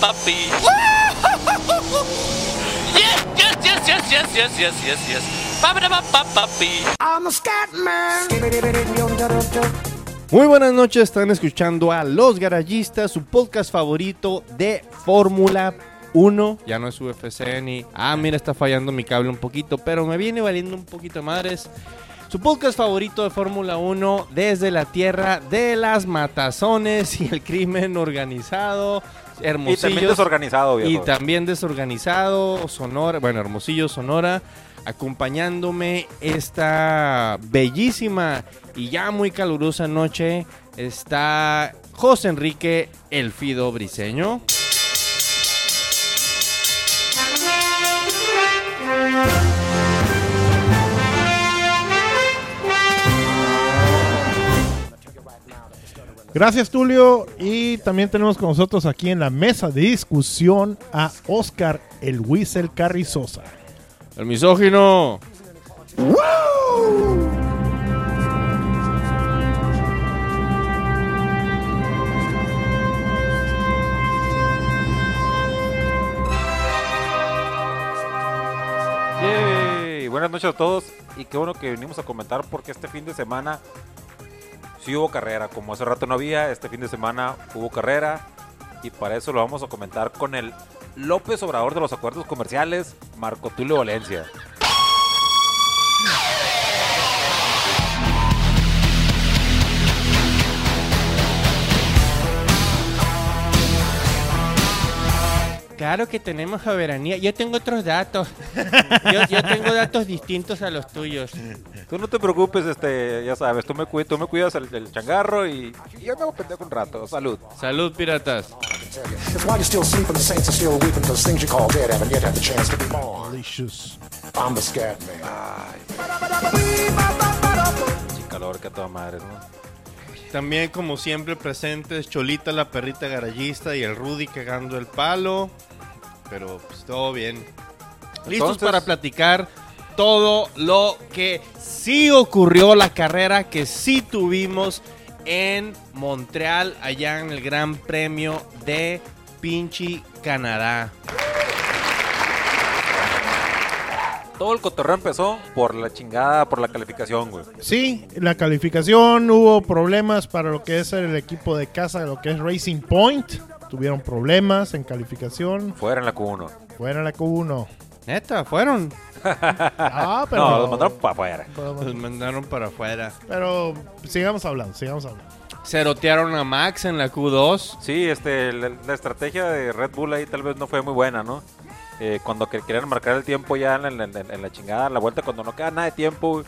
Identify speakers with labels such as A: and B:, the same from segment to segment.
A: papi. Yes, yes, yes, yes, yes, yes, yes, yes, yes. papi.
B: I'm a scat man.
C: Muy buenas noches, están escuchando a Los Garallistas, su podcast favorito de Fórmula 1. Ya no es UFC ni... Ah, mira, está fallando mi cable un poquito, pero me viene valiendo un poquito de madres. Su podcast favorito de Fórmula 1 desde la tierra de las matazones y el crimen organizado.
D: Y también
C: Hermosillo.
D: desorganizado,
C: Y
D: viejo.
C: también desorganizado, Sonora, bueno, Hermosillo, Sonora, acompañándome esta bellísima y ya muy calurosa noche está José Enrique El Fido Briseño.
E: Gracias, Tulio. Y también tenemos con nosotros aquí en la mesa de discusión a Oscar el Whistle Carrizosa.
C: El misógino.
D: Yay. Buenas noches a todos y qué bueno que venimos a comentar porque este fin de semana sí hubo carrera, como hace rato no había, este fin de semana hubo carrera y para eso lo vamos a comentar con el López Obrador de los Acuerdos Comerciales, Marco Tulio Valencia.
C: Claro que tenemos a veranía. Yo tengo otros datos. Yo, yo tengo datos distintos a los tuyos.
D: Tú no te preocupes, este, ya sabes, tú me, cuidas, tú me cuidas el, el changarro y, y yo me hago pendejo un rato. Salud.
C: Salud, piratas.
B: It's why you still sleeping, the saints are still weeping, those things you call dead haven't yet had the chance to be born.
E: Delicious.
B: I'm the scat man.
D: Sin calor, que a toda madre, ¿no?
C: También, como siempre, presentes Cholita, la perrita garallista y el Rudy cagando el palo. Pero pues, todo bien. Listos
D: Entonces-
C: para platicar todo lo que sí ocurrió, la carrera que sí tuvimos en Montreal, allá en el Gran Premio de Pinchi Canadá.
D: Todo el cotorreo empezó por la chingada, por la calificación, güey.
E: Sí, la calificación hubo problemas para lo que es el equipo de casa, lo que es Racing Point. Tuvieron problemas en calificación.
D: Fuera en la Q1.
E: Fuera la Q1.
C: Neta, fueron.
E: Ah, pero.
D: No, los mandaron para afuera.
C: Los mandaron para afuera.
E: Pero sigamos hablando, sigamos hablando.
C: Cerotearon a Max en la Q2.
D: Sí, este, la, la estrategia de Red Bull ahí tal vez no fue muy buena, ¿no? Eh, cuando que- querían marcar el tiempo ya en, la- en la- en la chingada, en la vuelta, cuando no queda nada de tiempo,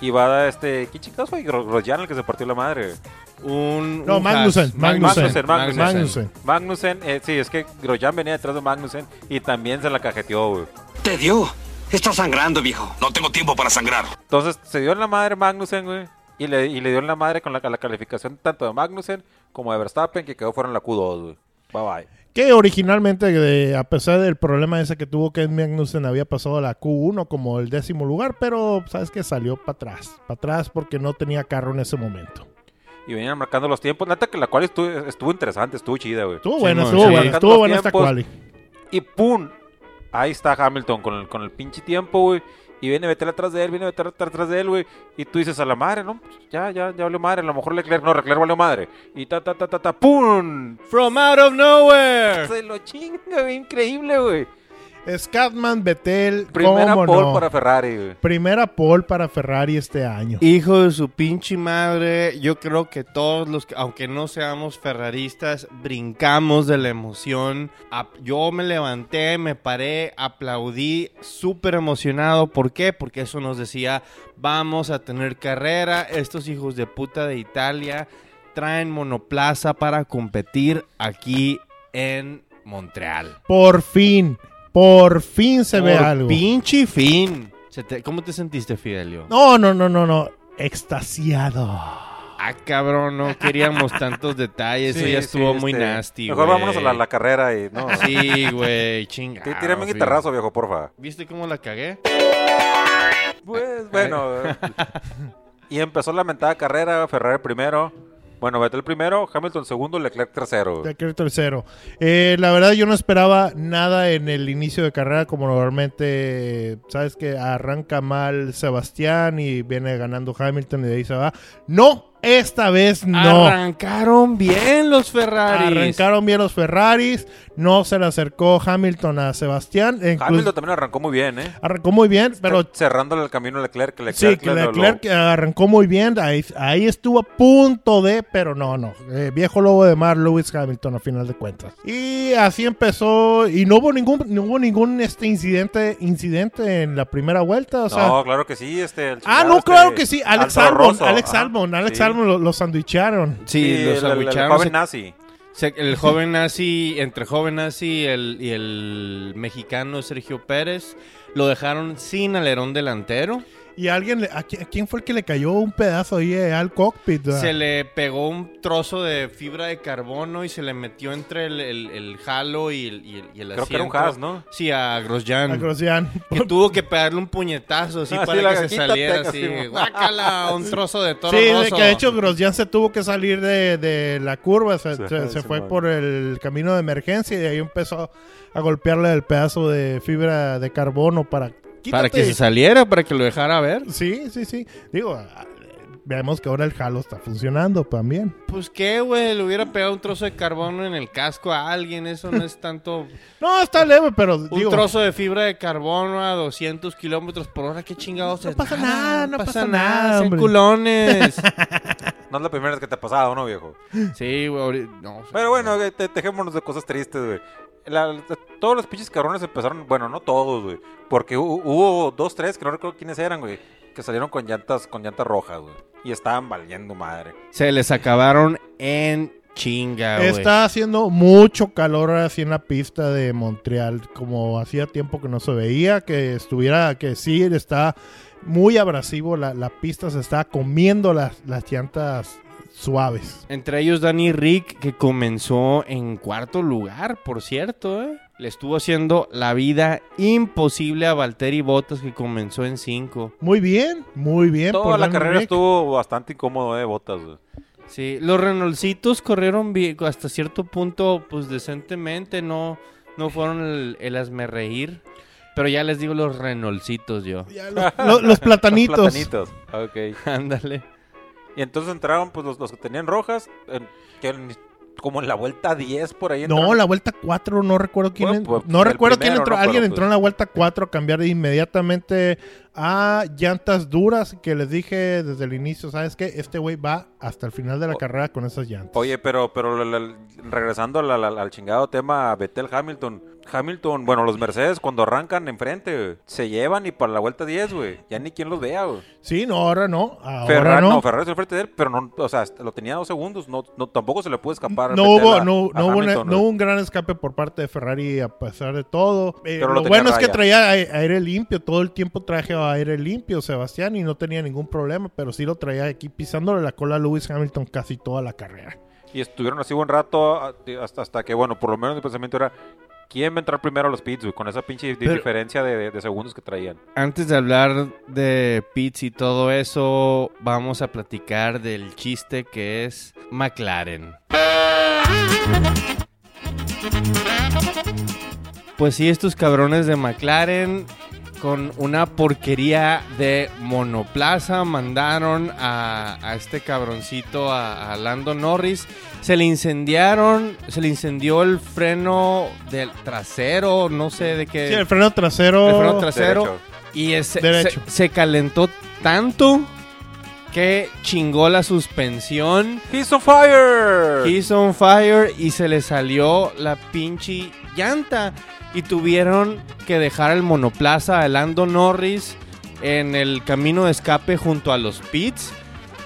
D: y va este, ¿qué chingados fue? Ro- Grosjean el que se partió la madre.
C: Un,
E: No,
C: un
E: Magnussen,
C: Haas.
D: Magnussen, Magnussen.
E: Magnussen.
D: Magnussen, eh, sí, es que Grosjean venía detrás de Magnussen y también se la cajeteó, güey.
F: Te dio. Está sangrando, viejo. No tengo tiempo para sangrar.
D: Entonces se dio en la madre Magnussen, güey, y le, y le dio en la madre con la, la calificación tanto de Magnussen como de Verstappen, que quedó fuera en la Q2, güey. Bye bye.
E: Que originalmente, de- a pesar del problema ese que tuvo Ken Magnussen, había pasado a la Q1 como el décimo lugar, pero sabes que salió para atrás. Para atrás porque no tenía carro en ese momento.
D: Y venían marcando los tiempos, neta que la cual estuvo, estuvo interesante, estuvo chida, güey.
E: Estuvo
C: Sí,
E: buena,
C: mon,
E: estuvo
C: sí.
E: buena, estuvo buena esta
D: Tiempos.
E: quali.
D: Y ¡pum! Ahí está Hamilton con el, con el pinche tiempo, güey. Y viene Vettel atrás de él, viene Vettel atr- atrás de él, güey. Y tú dices a la madre, ¿no? Pues Ya, ya, ya valió madre. A lo mejor Leclerc, no, Leclerc valió madre. Y ta, ta, ta, ta, ta, ¡pum!
C: From out of nowhere.
D: Se lo chinga, güey. Increíble, güey.
E: Scatman Vettel,
D: Primera
E: ¿cómo
D: pole
E: no?
D: para Ferrari, güey.
E: Primera pole para Ferrari este año.
C: Hijo de su pinche madre, yo creo que todos los que, aunque no seamos ferraristas, brincamos de la emoción. Ap- Yo me levanté, me paré, aplaudí, súper emocionado. ¿Por qué? Porque eso nos decía, vamos a tener carrera. Estos hijos de puta de Italia traen monoplaza para competir aquí en Montreal.
E: Por fin, por fin se ve
C: Por
E: algo.
C: Pinche fin. Se te- ¿Cómo te sentiste, Fidelio?
E: No, no, no, no, no. Extasiado.
C: Ah, cabrón, no queríamos tantos detalles. Eso
D: Sí,
C: ya
D: sí,
C: estuvo muy
D: este,
C: nasty,
D: Mejor
C: güey.
D: vámonos a la, la carrera y no. Sí.
C: Sí, güey, chinga.
D: Tírame un guitarrazo, viejo, porfa.
C: ¿Viste cómo la cagué?
D: Pues bueno. y empezó la mentada carrera, Ferrari primero. Bueno, Vettel primero, Hamilton segundo, Leclerc tercero. güey.
E: Leclerc tercero. Eh, la verdad yo no esperaba nada en el inicio de carrera como normalmente, sabes que arranca mal Sebastián y viene ganando Hamilton y de ahí se va. No, esta vez no.
C: Arrancaron bien los Ferraris.
E: Arrancaron bien los Ferraris, no se le acercó Hamilton a Sebastián. e incluso-
D: Hamilton también arrancó muy bien, ¿eh?
E: arrancó muy bien, pero
D: Cerrándole el camino a Leclerc. que Leclerc
E: sí, que
D: le- lo-
E: Leclerc arrancó muy bien, ahí, ahí estuvo a punto de, pero no, no. Eh, viejo lobo de mar, Lewis Hamilton, a final de cuentas. Y así empezó, y no hubo ningún, no hubo ningún este incidente, incidente en la primera vuelta. O sea,
D: no, claro que sí. Este,
E: ah,
D: el chingado,
E: no,
D: este,
E: claro que sí. Alex
D: Álvaro
E: Albon,
D: Rosso,
E: Alex
D: ajá,
E: Albon, Alex
D: sí.
E: Albon lo, lo sandwicharon.
C: Sí,
D: el-
C: los
D: el- el
C: abucharon.
D: joven
C: Se-
D: nazi.
C: se- el joven nazi, entre joven nazi y el, y el mexicano Sergio Pérez, lo dejaron sin alerón delantero.
E: Y alguien, le- ¿a quién, a quién fue el que le cayó un pedazo ahí eh, al cockpit? ¿verdad?
C: Se le pegó un trozo de fibra de carbono y se le metió entre el, el- el jalo y el, y el, y el
D: Creo que era un
C: asiento.
D: Haas, ¿no?
C: Sí, a Grosjean.
E: A Grosjean.
C: Que tuvo que pegarle un puñetazo así
D: Ah, sí,
C: para
D: la-
C: que se
D: quítate,
C: saliera
D: casi,
C: así.
D: mo-
C: Guácala, un trozo de toro
E: Sí, de
C: roso.
E: que de hecho Grosjean se tuvo que salir de, de la curva, se,
D: Sí,
E: se- se
D: sí,
E: fue
D: man.
E: por el camino de emergencia y de ahí empezó a golpearle el pedazo de fibra de carbono para,
C: Para
E: Quítate.
C: que se saliera, para que lo dejara ver.
E: Sí, sí, sí. Digo, ah, vemos que ahora el halo está funcionando también.
C: Pues qué, güey, le hubiera pegado un trozo de carbono en el casco a alguien, eso no es tanto...
E: No, está leve, pero
C: Un
E: digo,
C: trozo de fibra de carbono a 200 kilómetros por hora, qué chingados.
E: No
C: es?
E: pasa nada, no pasa nada,
C: sean
E: hombre.
C: culones.
D: No es la primera vez que te ha pasado, ¿no, viejo?
C: sí, güey, ahorita- no.
D: Pero bueno, güey, te- dejémonos de cosas tristes, güey. La- todos los pinches cabrones empezaron, bueno, no todos, güey. Porque hu- hubo dos, tres, que no recuerdo quiénes eran, güey. Que salieron con llantas, con llantas rojas, güey. Y estaban valiendo madre.
C: Se les acabaron en chinga, Ah, güey.
E: está haciendo mucho calor así en la pista de Montreal, como hacía tiempo que no se veía, que estuviera, que sí, está muy abrasivo, la, la pista se está comiendo las, las llantas suaves.
C: Entre ellos Danny Rick, que comenzó en cuarto lugar, por cierto, ¿eh? Le estuvo haciendo la vida imposible a Valtteri Bottas, que comenzó en cinco.
E: Muy bien, muy bien. pues,
D: Toda la
E: Daniel
D: carrera
E: Rick.
D: estuvo bastante incómodo, eh, botas, güey.
C: Sí, los Renaultcitos corrieron bi- hasta cierto punto, pues decentemente, no, no fueron el, el reír. Pero ya les digo los Renaultcitos yo.
E: Ya, Los, lo- los platanitos.
D: Los platanitos. Ok.
C: Ándale.
D: Y entonces entraron, pues, los, los que tenían rojas. en- que en- como en la vuelta 10 por ahí.
E: No,
D: entraron.
E: la vuelta 4, no recuerdo quién.
D: Bueno,
E: en-
D: pues,
E: no
D: el
E: recuerdo quién
D: primero,
E: entró.
D: ¿no?
E: Alguien
D: Pero,
E: entró
D: pues-
E: en la vuelta 4 a cambiar inmediatamente a llantas duras que les dije desde el inicio, ¿sabes qué? Este güey va hasta el final de la
D: O-
E: carrera con esas llantas.
D: Oye, pero, pero la- la- regresando a la- la- al chingado tema Betel Hamilton. Hamilton, bueno, los Mercedes cuando arrancan enfrente, güey, se llevan y para la vuelta 10, güey. Ya ni quien los vea, güey.
E: Sí, no, ahora no. Ahora
D: Ferrari,
E: no.
D: no, Ferrari está enfrente de él, pero no, o sea, lo tenía dos segundos, no, no tampoco se le puede escapar.
E: No
D: Vettel
E: hubo,
D: a-
E: no,
D: a
E: no hubo una-
D: Hamilton,
E: no
D: güey.
E: hubo un gran escape por parte de Ferrari a pesar de todo. Eh,
D: Pero lo
E: lo
D: tenía
E: bueno es que
D: raya.
E: traía ai- aire limpio, todo el tiempo traje aire limpio Sebastián y no tenía ningún problema, pero sí lo traía aquí pisándole la cola a Lewis Hamilton casi toda la carrera.
D: Y estuvieron así buen rato a- hasta, hasta que, bueno, por lo menos mi pensamiento era, ¿quién va a entrar primero a los pits, güey? Con esa pinche di-
C: Pero-
D: diferencia de, de- de segundos que traían.
C: Antes de hablar de pits y todo eso, vamos a platicar del chiste que es McLaren. Pues sí, estos cabrones de McLaren con una porquería de monoplaza mandaron a, a este cabroncito, a, a Lando Norris. Se le incendiaron, se le incendió el freno del trasero, no sé de qué.
E: Sí, el freno trasero.
C: el freno trasero.
D: Derecho.
C: Y ese,
E: Derecho.
C: Se, se calentó tanto que chingó la suspensión.
D: ¡He's on fire!
C: He's on fire y se le salió la pinche llanta. Y tuvieron que dejar el monoplaza a Lando Norris en el camino de escape junto a los pits.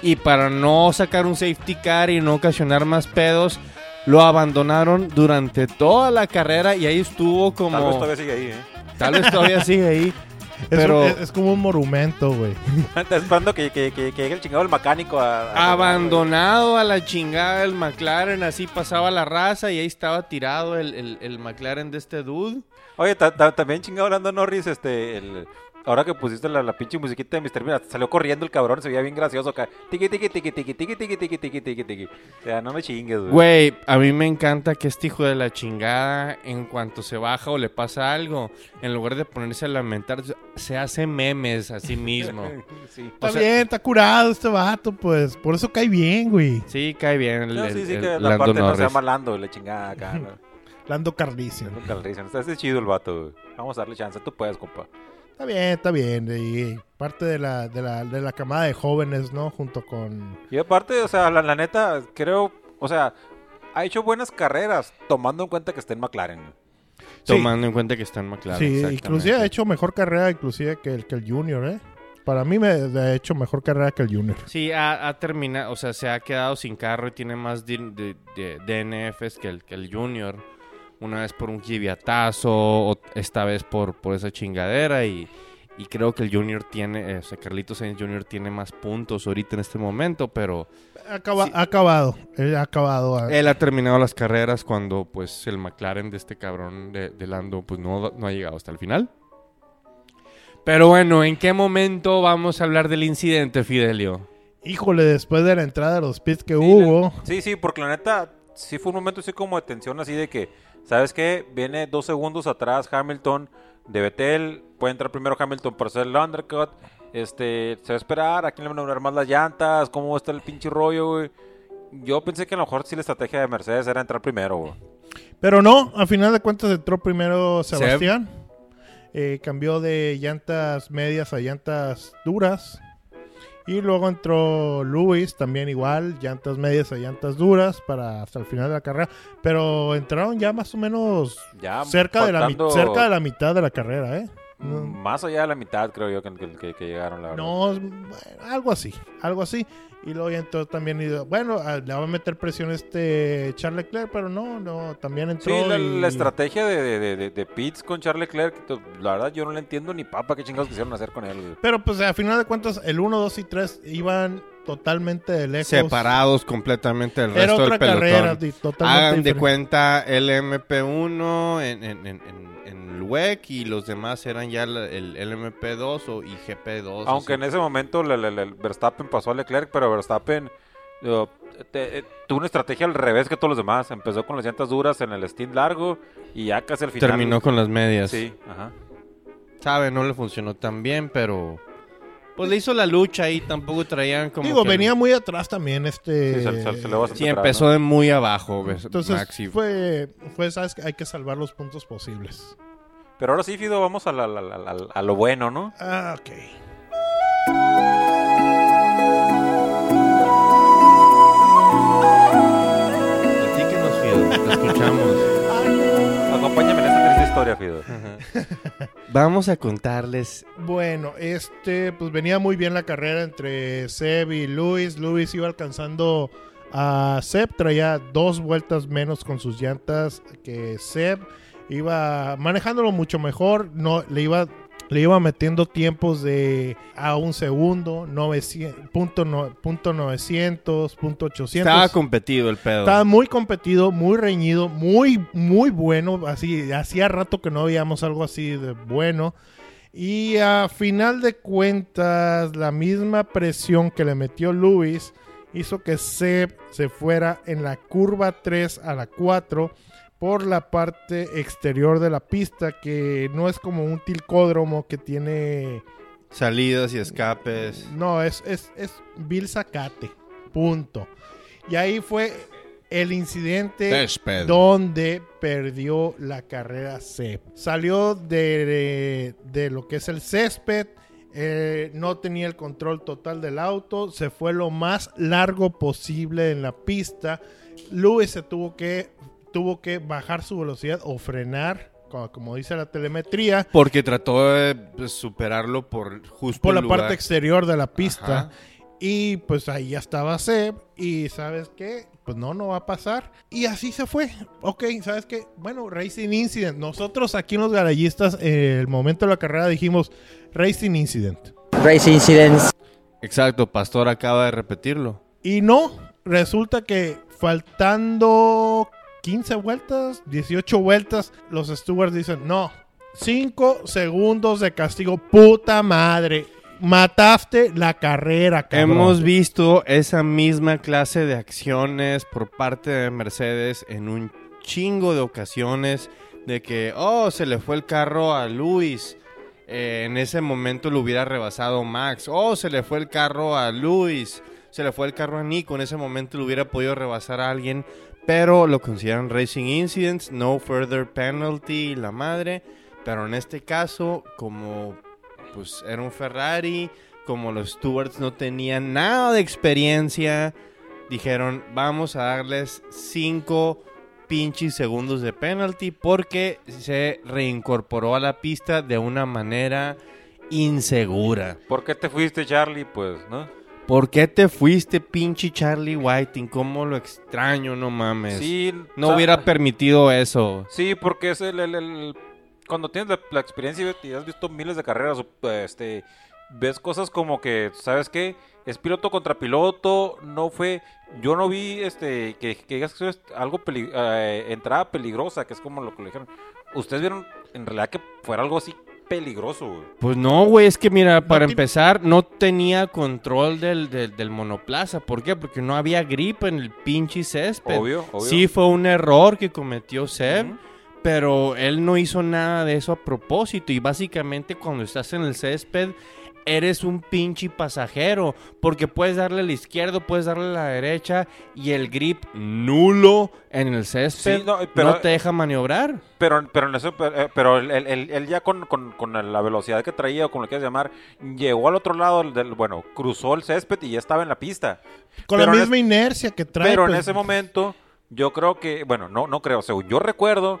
C: Y para no sacar un safety car y no ocasionar más pedos, lo abandonaron durante toda la carrera y ahí estuvo como...
D: Tal vez todavía sigue ahí, ¿eh?
C: tal vez todavía sigue ahí.
E: Es,
C: Pero-
E: un- es- es como un monumento, güey.
D: Está esperando que, que- que- que llegue el chingado el mecánico a... a-
C: Abandonado a la chingada el McLaren, así pasaba la raza y ahí estaba tirado el, el- el McLaren de este dude.
D: Oye, ta- ta- también chingado Lando Norris, este, el, ahora que pusiste la, la pinche musiquita de Mr. Bean, hasta salió corriendo el cabrón, se veía bien gracioso acá. Tiki, tiki, tiki, tiki, tiki, tiki, tiki, tiki, tiki, tiki. O sea, no me chingues, güey.
C: Güey, a mí me encanta que este hijo de la chingada, en cuanto se baja o le pasa algo, en lugar de ponerse a lamentar, se hace memes a sí mismo.
D: Sí. pues,
E: Está
C: O sea-
E: bien, está curado este vato, pues. Por eso cae bien, güey.
C: Sí, cae bien el,
D: No,
C: el-
D: sí, sí,
C: el
D: que la
C: Lando
D: parte no se
C: Norris.
D: llama Lando, la chingada acá. ¿no?
E: Lando Carlicio.
D: Nunca le dicen, está chido el vato, güey. Vamos a darle chance, tú puedes, compa.
E: Está bien, está bien. y parte de la, de, la, de la camada de jóvenes, ¿no? Junto con.
D: Y aparte, o sea, la, la neta, creo, o sea, ha hecho buenas carreras, tomando en cuenta que está en McLaren.
C: Tomando en cuenta que están McLaren.
E: sí,
C: exactamente.
E: inclusive ha hecho mejor carrera inclusive que el, que el Junior, ¿eh? Para mí me ha hecho mejor carrera que el Junior.
C: Sí, ha, ha terminado, o sea, se ha quedado sin carro y tiene más di- de- de- DNFs que el, que el Junior. Una vez por un kibiatazo, o esta vez por, por esa chingadera y, y creo que el Junior tiene, eh, o sea, Carlitos Sainz Junior tiene más puntos ahorita en este momento, pero
E: Acaba- Ha acabado. Él ha acabado. ah.
C: él ha terminado las carreras cuando pues el McLaren de este cabrón de, de Lando pues no, no ha llegado hasta el final. Pero bueno, ¿en qué momento vamos a hablar del incidente, Fidelio?
E: Híjole, después de la entrada de los pits que hubo.
D: Sí, sí, porque la neta, sí fue un momento así como de tensión, así de que, ¿sabes qué? Viene dos segundos atrás Hamilton de Betel, puede entrar primero Hamilton para hacer el undercut, este, se va a esperar, a quién le van a durar más las llantas, cómo está el pinche rollo, güey. Yo pensé que a lo mejor sí la estrategia de Mercedes era entrar primero, güey.
E: Pero no, al final de cuentas entró primero Sebastián. Eh, cambió de llantas medias a llantas duras. Y luego entró Luis, también igual, llantas medias a llantas duras para hasta el final de la carrera. Pero entraron ya más o menos
D: Ya
E: cerca, de la, mi-
D: faltando-
E: cerca de la mitad de la carrera, ¿eh? No-
D: Más allá de la mitad, creo yo, que, que- que- que llegaron, la verdad.
E: No, bueno, algo así, algo así. Y luego ya entró también, y, bueno, a- le va a meter presión este Charles Leclerc, pero no, no, también
D: Sí,
E: entró.
D: la,
E: y-
D: la estrategia de, de, de, de- de Pitts con Charles Leclerc, to- la verdad yo no la entiendo ni papa qué chingados quisieron hacer con él. güey.
E: Pero pues a final de cuentas, el 1, 2 y 3 iban totalmente de lejos.
C: separados completamente del
E: Era
C: resto
E: otra
C: del pelotón.
E: carrera di- totalmente
C: Hagan de
E: diferente.
C: cuenta el MP1 en, en, en, en- en el WEC y los demás eran ya la- el, LMP2 o, y GP2.
D: Aunque en
C: así.
D: ese momento la- la- la- el Verstappen pasó a Leclerc, pero Verstappen eh, te- eh, tuvo una estrategia al revés que todos los demás. Empezó con las llantas duras en el stint largo y ya casi al final.
C: terminó con las medias.
D: Sí, ajá.
C: Sabe, no le funcionó tan bien, pero pues le hizo la lucha y tampoco traían como
E: Digo,
C: que-
E: venía muy atrás también este.
D: Sí, se- se- se le va a hacer-
C: Sí, empezó de muy abajo, ves,
E: Entonces
C: Maxi.
E: fue, fue, sabes, que hay que salvar los puntos posibles.
D: Pero ahora sí, Fido, vamos a, la- la- la- la- a lo bueno, ¿no?
E: Ah, ok.
C: Platíquenos, Fido, te escuchamos.
D: Acompáñame en esta triste historia, Fido.
C: Vamos a contarles
E: Bueno, este, pues venía muy bien la carrera entre Seb y Luis. Luis iba alcanzando a Seb, traía dos vueltas menos con sus llantas que Seb. Iba manejándolo mucho mejor, no, le iba, le iba metiendo tiempos de a un segundo, 900, punto, no- punto 900, punto 800.
C: Estaba competido el pedo.
E: Estaba muy competido, muy reñido, muy, muy bueno. Así, hacía rato que no veíamos algo así de bueno. Y a final de cuentas, la misma presión que le metió Luis hizo que Seb se fuera en la curva 3 a la 4 por la parte exterior de la pista, que no es como un tilcódromo que tiene...
C: Salidas y escapes.
E: No, es, es, es vil sacate. Punto. Y ahí fue el incidente donde perdió la carrera Seb. Salió de, de, de lo que es el césped, eh, no tenía el control total del auto, se fue lo más largo posible en la pista. Lewis se tuvo que, tuvo que bajar su velocidad o frenar, co- como dice la telemetría,
C: Porque trató de pues, superarlo por justo
E: por
C: el
E: la
C: lugar.
E: parte exterior de la pista.
C: Ajá.
E: Y pues ahí ya estaba Seb. Y sabes qué, pues no, no va a pasar. Y así se fue. Ok, sabes qué, bueno, Racing Incident. Nosotros aquí en los garayistas, eh, el momento de la carrera dijimos Racing Incident.
G: race incidents.
C: Exacto, Pastor acaba de repetirlo.
E: Y no, resulta que faltando 15 vueltas, 18 vueltas, los stewards dicen, no, Cinco segundos de castigo. Puta madre. Mataste la carrera, cabrón.
C: Hemos visto esa misma clase de acciones por parte de Mercedes en un chingo de ocasiones de que, oh, se le fue el carro a Luis. eh, en ese momento lo hubiera rebasado Max. Oh, se le fue el carro a Luis. Se le fue el carro a Nico. En ese momento lo hubiera podido rebasar a alguien. Pero lo consideran Racing Incidents. No further penalty. La madre. Pero en este caso, como pues era un Ferrari, como los Stewards no tenían nada de experiencia, dijeron, vamos a darles cinco pinches segundos de penalty porque se reincorporó a la pista de una manera insegura.
D: ¿Por qué te fuiste, Charlie? Pues, ¿no?
C: ¿Por qué te fuiste, pinche Charlie Whiting? ¿Cómo lo extraño? No mames.
D: Sí,
C: Pues, no
D: o sea,
C: hubiera permitido eso.
D: Sí, porque es el, el- el- cuando tienes la, la experiencia y has visto miles de carreras, o, este, ves cosas como que, ¿sabes qué? Es piloto contra piloto, no fue, yo no vi, este, que, que digas que es algo peli- eh, entrada peligrosa, que es como lo que le dijeron. Ustedes vieron, en realidad que fuera algo así peligroso. güey.
C: Pues no, güey, es que mira, para
E: ti-
C: empezar, no tenía control del, del, del monoplaza. ¿Por qué? Porque no había grip en el pinche césped.
D: Obvio, obvio.
C: Sí fue un error que cometió Seb,
D: Ujú.
C: pero él no hizo nada de eso a propósito. Y básicamente cuando estás en el césped, eres un pinche pasajero. Porque puedes darle a la izquierda, puedes darle a la derecha y el grip nulo en el césped
D: Sí, no,
C: no,
D: pero-
C: te deja maniobrar.
D: Pero, pero, en eso, pero, eh, pero él, él- él- él ya con, con- con la velocidad que traía, o como lo quieras llamar, llegó al otro lado, del, bueno, cruzó el césped y ya estaba en la pista.
E: Con
D: Pero
E: la
D: en
E: misma inercia que trae.
D: Pero en
E: pues,
D: ese momento, yo creo que, bueno, no, no creo, según yo recuerdo,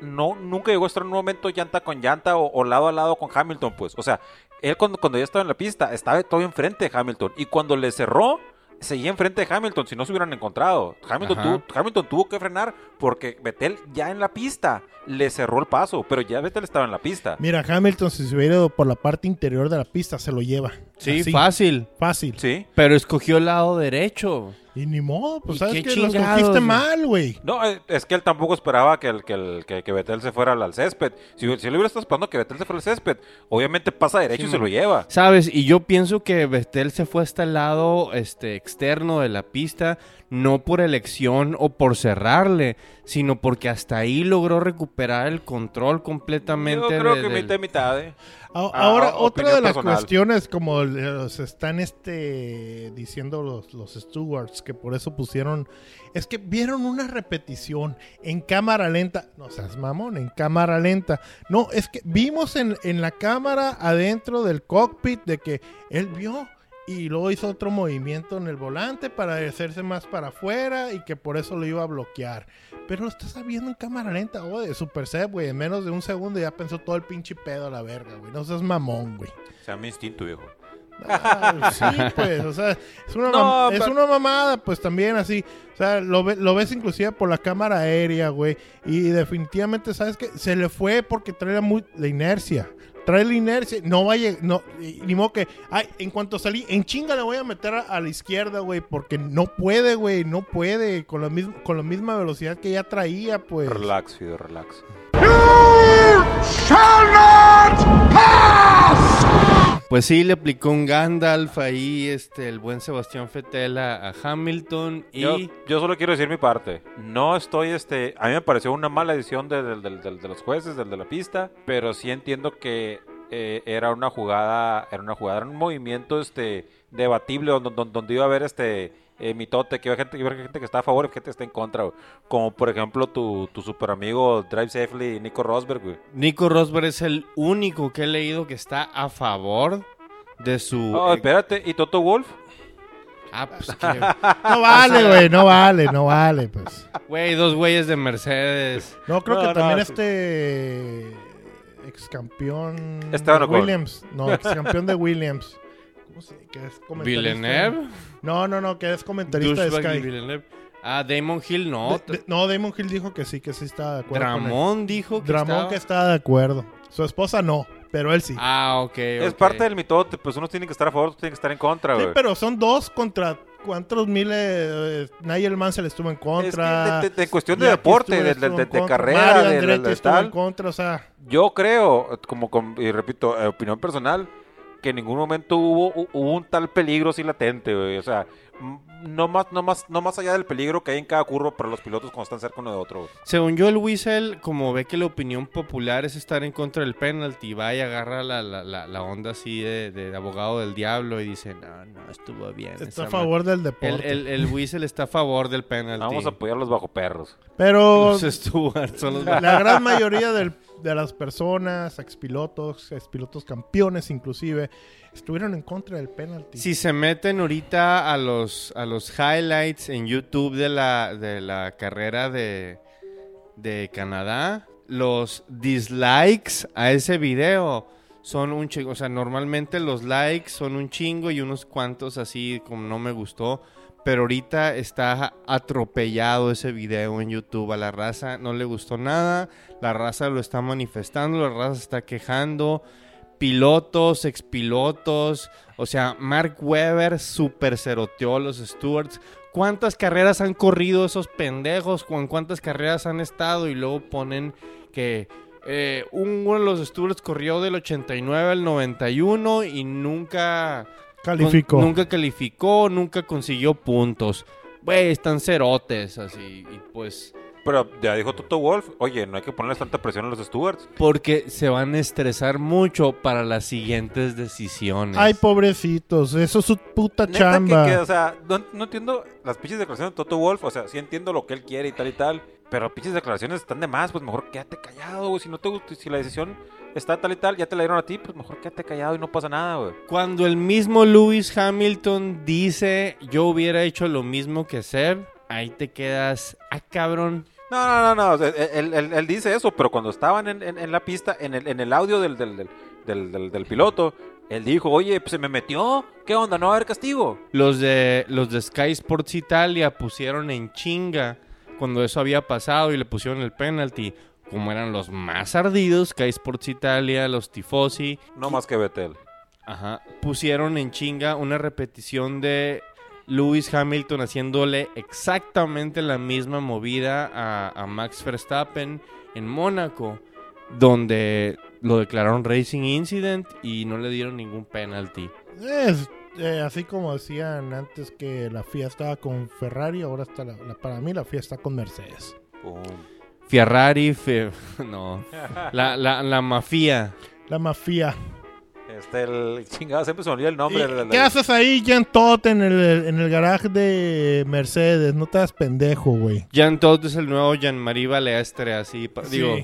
D: no, nunca llegó a estar en un momento llanta con llanta o, o lado a lado con Hamilton, pues. O sea, él cuando, cuando ya estaba en la pista, estaba todavía enfrente de Hamilton. Y cuando le cerró, seguía enfrente de Hamilton, si no se hubieran encontrado. Hamilton,
C: Ajá.
D: tuvo, Hamilton tuvo que frenar porque Vettel ya en la pista le cerró el paso, pero ya Vettel estaba en la pista.
E: Mira, Hamilton, si se hubiera ido por la parte interior de la pista, se lo lleva.
C: Sí,
E: Así,
C: fácil.
E: Fácil.
D: Sí.
C: Pero escogió el lado derecho.
E: Y ni modo, pues
C: ¿Y
E: sabes
C: qué
E: que lo
C: chingados,
E: escogiste
C: güey?
E: mal, güey.
D: No, eh, es que él tampoco esperaba que, el, que, el, que, que Betel se fuera al, al césped. Si, si él hubiera estado esperando que Betel se fuera al césped, obviamente pasa derecho y se lo lleva.
C: Sabes, y yo pienso que Vettel se fue hasta el lado este, externo de la pista, no por elección o por cerrarle, sino porque hasta ahí logró recuperar el control completamente.
D: Yo creo
C: de-
D: que
C: del-
D: mitad y mitad, ¿eh?
E: A-
D: Ah,
E: Ahora,
D: opinión
E: otra de las
D: personal.
E: cuestiones, como eh, se están este, diciendo los, los stewards, que por eso pusieron, es que vieron una repetición en cámara lenta. No seas mamón, en cámara lenta. No, es que vimos en, en la cámara adentro del cockpit de que él vio y luego hizo otro movimiento en el volante para hacerse más para afuera y que por eso lo iba a bloquear. Pero lo estás viendo en cámara lenta, güey, de Super Seb, güey. En menos de un segundo ya pensó todo el pinche pedo a la verga, güey. No seas mamón, güey.
D: Se llama instinto, viejo.
E: Ah, sí, pues, o sea, es una,
D: No,
E: mam- es
D: pero-
E: una mamada, pues también así. O sea, lo, ve- lo ves inclusive por la cámara aérea, güey. Y definitivamente, ¿sabes que Se le fue porque trae la, mu- la inercia. Trae la inercia, no va a lleg- no, y- ni modo que, ay, en cuanto salí, en chinga le voy a meter a, a la izquierda, güey, porque no puede, güey, no puede, con la, misma con la misma velocidad que ya traía, pues.
D: Relax, Fido, relax.
C: Pues sí, le aplicó un Gandalf ahí, este, el buen Sebastián Vettel a, a Hamilton y...
D: Yo, yo solo quiero decir mi parte. No estoy, este... A mí me pareció una mala decisión de, del- del- del- de los jueces, del de la pista, pero sí entiendo que eh, era una jugada, era una jugada, era un movimiento, este, debatible, donde, donde- donde iba a haber, este, eh, mitote, que iba a gente, iba a haber gente que está a favor y gente que está en contra, güey. Como, por ejemplo, tu, tu super amigo Drive Safely, Nico Rosberg,
E: Uh,
D: güey.
C: Nico Rosberg es el único que he leído que está a favor de su...
D: Oh,
E: eh,
D: espérate, ¿y Toto Wolf?
C: Ah, pues que-
E: No vale, güey, no vale, no vale, pues.
C: Güey, dos güeyes de Mercedes.
E: No, creo
D: No,
E: que
D: no,
E: también
D: sí.
E: este ex campeón
D: Esteban
E: de
D: Ocon.
E: Williams. No, ex campeón de Williams. ¿Cómo se que es comentarista?
C: Villeneuve.
E: No, no, no, que es comentarista de
C: Douchebag y
E: Sky.
C: Villeneuve. Ah, Damon Hill no.
E: De- de- no, Damon Hill dijo que sí, que sí estaba de acuerdo. con él.
C: Dramón dijo que
E: Dramón
C: estaba-
E: que estaba de acuerdo. Su esposa no, pero él sí.
C: Ah, ok.
D: Es parte del mitote, pues unos tienen que estar a favor, otros tienen que estar en contra,
E: eh, sí,
D: güey.
E: pero son dos contra cuántos miles eh, Nigel Mansell estuvo en contra.
D: Es que de- de- de cuestión de
E: Jackie
D: deporte,
E: Stewart
D: de-
E: estuvo
D: de-
E: en
D: de
E: contra,
D: carrera,
E: Mario
D: de- de-
E: Andretti
D: de
E: estuvo en
D: tal.
E: contra, o sea,
D: Yo creo, como con- y repito, eh, opinión personal, que en ningún momento hubo, hu- hubo un tal peligro así latente, güey. O sea, m- no más, no, más, no más allá del peligro que hay en cada curva para los pilotos cuando están cerca uno de otro. güey.
C: Según yo, el Whistle, como ve que la opinión popular es estar en contra del penalti, va y agarra la, la, la, la onda así de, de abogado del diablo y dice, no, no, estuvo bien. esa
E: está a
C: ma-
E: favor del
C: El,
E: deporte.
C: el, el Whistle está a favor del penalti.
D: Vamos a apoyar a los bajo perros.
E: Pero
C: Los Stuart son los
E: la gran mayoría del- de las personas, expilotos, expilotos campeones inclusive, estuvieron en contra del penalti.
C: Si se meten ahorita a los, a los highlights en YouTube de la, de la carrera de, de Canadá, los dislikes a ese video son un chingo. O sea, normalmente los likes son un chingo y unos cuantos así como no me gustó. Pero ahorita está atropellado ese video en YouTube. A la raza no le gustó nada. La raza lo está manifestando, la raza se está quejando pilotos, expilotos. O sea, Mark Webber super ceroteó a los Stewarts. ¿Cuántas carreras han corrido esos pendejos? ¿Con cuántas carreras han estado? Y luego ponen que eh, uno de los Stewarts corrió del 89 al 91 y nunca
E: Calificó.
C: con- nunca calificó, nunca consiguió puntos. Güey, están cerotes así. Y pues,
D: Pero ya dijo Toto Wolf, oye, no hay que ponerles tanta presión a los Stewarts.
C: porque se van a estresar mucho para las siguientes decisiones.
E: Ay, pobrecitos, eso es su puta
D: Neta
E: chamba.
D: que- que, o sea, no, no entiendo las pinches declaraciones de Toto Wolf. O sea, sí entiendo lo que él quiere y tal y tal. Pero pinches declaraciones están de más. Pues mejor quédate callado, güey. Si no te gusta, si la decisión está tal y tal, ya te la dieron a ti, pues mejor quédate callado y no pasa nada, güey.
C: Cuando el mismo Lewis Hamilton dice yo hubiera hecho lo mismo que Seb, ahí te quedas, ah cabrón.
D: No, no, no, no. o sea, e, él, él- él dice eso, pero cuando estaban en, en- en la pista, en el, en el audio del, del, del, del- del- del piloto, él dijo, oye, pues se me metió. ¿Qué onda? ¿No va a haber castigo?
C: Los de los de Sky Sports Italia pusieron en chinga cuando eso había pasado y le pusieron el penalti. Como eran los más ardidos, Sky Sports Italia, los tifosi,
D: No más que Betel.
C: Ajá. Pusieron en chinga una repetición de Lewis Hamilton haciéndole exactamente la misma movida a, a Max Verstappen en Mónaco, donde lo declararon Racing Incident y no le dieron ningún penalty.
E: Es, eh, así como decían antes que la FIA estaba con Ferrari, ahora está la- la- para mí la FIA está con Mercedes.
D: Pum.
C: Ferrari, fe- no. La, la, la mafia.
E: La mafia.
D: Este, el chingado, siempre se me olvida el
E: ¿Y
D: nombre. del- del-
E: ¿Qué haces ahí, Jan Todt, en el, en el garaje de Mercedes? No te das pendejo, güey.
C: Jan Todt es el nuevo Jean-Marie Baleastre, así, pa-
E: Sí.
C: digo,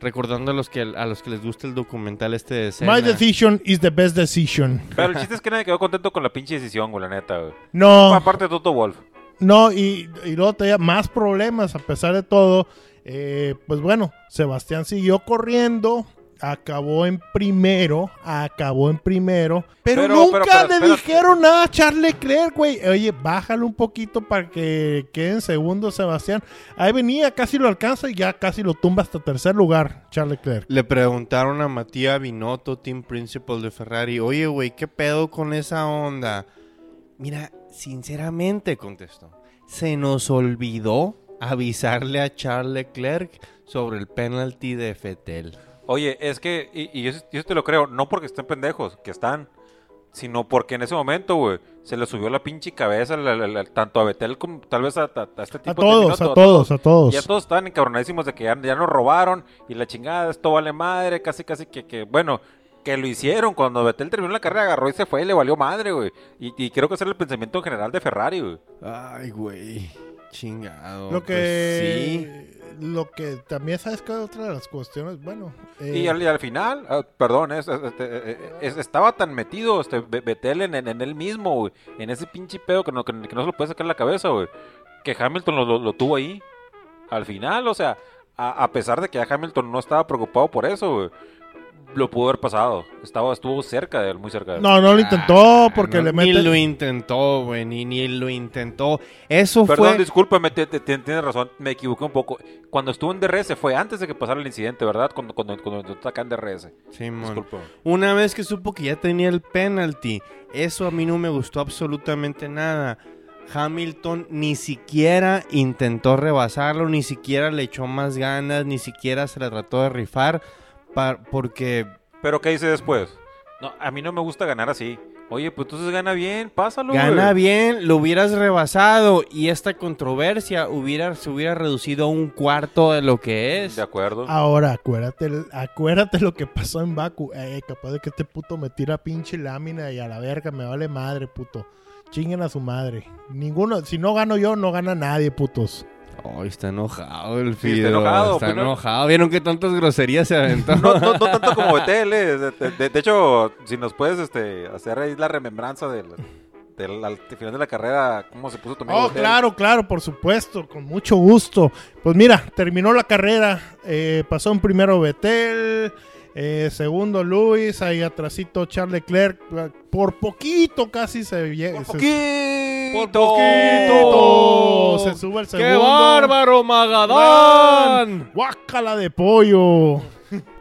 C: recordando a los, que, a los que les gusta el documental este de Senna.
E: My decision is the best decision.
D: Pero el chiste es que nadie quedó contento con la pinche decisión, güey, la neta, güey.
E: No,
D: Aparte de Toto Wolf.
E: no, y, y luego te da más problemas a pesar de todo. Eh, pues bueno, Sebastián siguió corriendo, acabó en primero, acabó en primero. Pero,
D: Pero-
E: nunca
D: pero, pero,
E: le
D: espérate.
E: dijeron nada a Charles Leclerc, güey. Oye, bájalo un poquito para que quede en segundo Sebastián. Ahí venía, casi lo alcanza y ya casi lo tumba hasta tercer lugar, Charles Leclerc.
C: Le preguntaron a Matías Binotto, team principal de Ferrari, oye, güey, ¿qué pedo con esa onda? Mira, sinceramente, contestó, se nos olvidó avisarle a Charles Leclerc sobre el penalti de Fetel.
D: Oye, es que, y, y yo, sí- yo sí te lo creo, no porque estén pendejos, que están, sino porque en ese momento, güey, se le subió la pinche cabeza la- la- la- tanto a Betel como tal vez a, a- a este tipo
E: A todos,
D: Binotto,
E: a todos, a todos.
D: Ya todos estaban encabronadísimos de que ya, ya nos robaron y la chingada, esto vale madre, casi, casi que, que bueno, que lo hicieron. Cuando Betel terminó la carrera, agarró y se fue y le valió madre, güey. Y, y creo que ese era el pensamiento en general de Ferrari, güey.
C: Ay, güey, chingado.
E: Lo
C: pues sí.
E: que. Lo que también, ¿sabes que Otra de las cuestiones, bueno. eh,
D: Y al, y al final, ah, perdón, es- es- este, eh, es- estaba tan metido este, Be- Betel en, en- en él mismo, güey, en ese pinche pedo que no, que, que no se lo puede sacar de la cabeza, güey, que Hamilton lo, lo- lo tuvo ahí. Al final, o sea, a, a pesar de que ya Hamilton no estaba preocupado por eso, güey, lo pudo haber pasado. Estaba, estuvo cerca de él, muy cerca de él.
E: No, no lo intentó
C: Ah,
E: porque
C: no,
E: le
C: Ni
E: mete.
C: lo intentó, güey, ni, ni lo intentó. Eso
D: Perdón,
C: fue...
D: discúlpame, te- te- te- tienes razón, me equivoqué un poco. Cuando estuvo en DRS fue antes de que pasara el incidente, ¿verdad? Cuando, cuando, cuando intentó atacar en DRS.
C: Simón.
D: Discúlpame.
C: Una vez que supo que ya tenía el penalty, eso a mí no me gustó absolutamente nada. Hamilton ni siquiera intentó rebasarlo, ni siquiera le echó más ganas, ni siquiera se le trató de rifar, pa- porque
D: Pero ¿qué hice después? No, a mí no me gusta ganar así. Oye, pues entonces gana bien, pásalo.
C: gana
D: güey.
C: bien, lo hubieras rebasado y esta controversia hubiera, se hubiera reducido a un cuarto de lo que es.
D: De acuerdo.
E: Ahora, acuérdate, acuérdate lo que pasó en Baku. Eh, capaz de que este puto me tira pinche lámina y a la verga me vale madre, puto. Chinguen a su madre. Ninguno, si no gano yo, no gana nadie, putos.
C: Ay, está enojado el
D: Sí, está
C: Fido. está enojado.
D: enojado, pues, ¿no?
C: ¿Vieron qué tantas groserías se aventó?
D: No, no, no tanto como Betel, eh. de, de- de hecho, si nos puedes este, hacer ahí la remembranza del, del- al final de la carrera, cómo se puso tu amigo
E: Oh,
D: Vettel.
E: claro, claro, por supuesto, con mucho gusto. Pues mira, terminó la carrera, eh, pasó en primero Betel, eh, segundo Luis, ahí atrasito Charles Leclerc, ah, por poquito casi se llega.
D: Poquito.
E: Se sube el segundo.
C: ¡Qué bárbaro, Magadán!
E: ¡Guácala de pollo!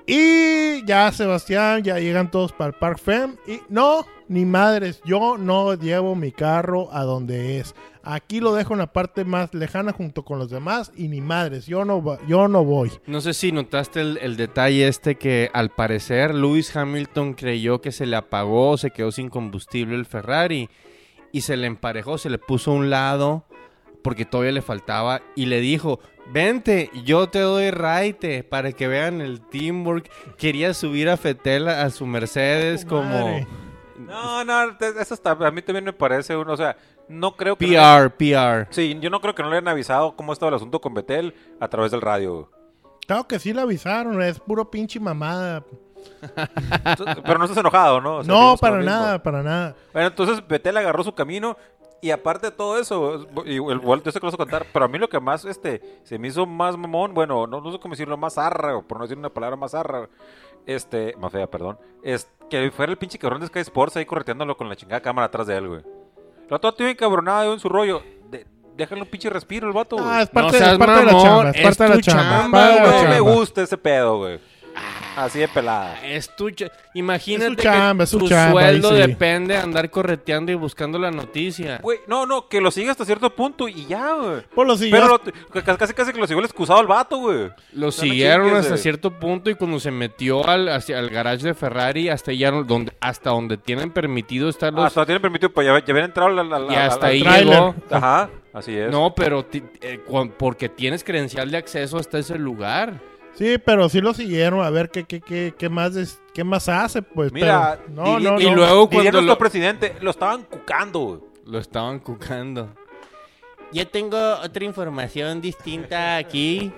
E: y ya, Sebastián, ya llegan todos para el Park Fem. Y no, ni madres, yo no llevo mi carro a donde es. Aquí lo dejo en la parte más lejana junto con los demás y ni madres, yo no, va- yo no voy.
C: No sé si notaste el, el detalle este que al parecer Lewis Hamilton creyó que se le apagó, se quedó sin combustible el Ferrari y se le emparejó, se le puso a un lado porque todavía le faltaba y le dijo, vente, yo te doy raite para que vean el teamwork. Quería subir a Fetel a a su Mercedes como
E: Madre.
D: No, no, te- eso está, a mí también me parece uno, o sea, no creo que...
C: PR, PR.
D: Sí, yo no creo que no le hayan avisado cómo estaba el asunto con Betel a través del radio.
E: Claro que sí le avisaron, es puro pinche mamada.
D: Entonces, Pero no estás enojado, ¿no? O sea,
E: No,
D: seguimos con
E: para
D: lo mismo.
E: nada, para nada.
D: Bueno, entonces Betel agarró su camino y aparte de todo eso, y el Walt, yo sé que lo vas a contar, pero a mí lo que más este, se me hizo más mamón, bueno, no, no sé cómo decirlo, más arra, o por no decir una palabra más arra, este, más fea, perdón, es que fuera el pinche cabrón de Sky Sports ahí correteándolo con la chingada cámara atrás de él, güey. La todo tiene encabronado en su rollo. De, déjale un pinche respiro el vato, güey.
E: Ah, es
C: No
E: parte, es
C: seas
E: parte de la
C: mamón,
E: chamba, es
C: es
E: parte de la
C: tu
E: chamba. es
C: chamba,
E: parte de la
D: no me
E: chamba.
D: gusta ese pedo, güey. Así de pelada.
C: Es tu cha- Imagínate
E: Es su chamba,
C: que
E: es su
C: tu
E: chamba,
C: sueldo
E: ahí sí.
C: depende de andar correteando y buscando la noticia.
D: Güey, no, no, que lo sigue hasta cierto punto y ya, güey.
E: Por lo siguiente.
D: Pero lo- ca- ca- casi casi que lo siguió el excusado al vato, güey.
C: Lo
D: sea, no
C: siguieron
D: chingues,
C: hasta
D: güey.
C: cierto punto y cuando se metió al, hacia, al garage de Ferrari, hasta allá no- donde, hasta donde tienen permitido estar los...
D: Hasta tiene permitido, pues ya, ya habían entrado la, la, la-
C: y
D: la-
C: hasta
D: la-
C: ahí
E: tráiler.
C: llegó.
D: Ajá, así es.
C: No, pero ti- eh, cuan- porque tienes credencial de acceso hasta ese lugar.
E: Sí, pero sí lo siguieron a ver qué, qué, qué, qué más des- qué más hace, pues.
D: Mira,
E: pero- no,
D: diri-
E: no,
C: y
E: no.
C: luego cuando
D: Diría nuestro
C: lo,
D: presidente, lo estaban cucando, güey.
C: lo estaban cucando. Ya tengo otra información distinta aquí.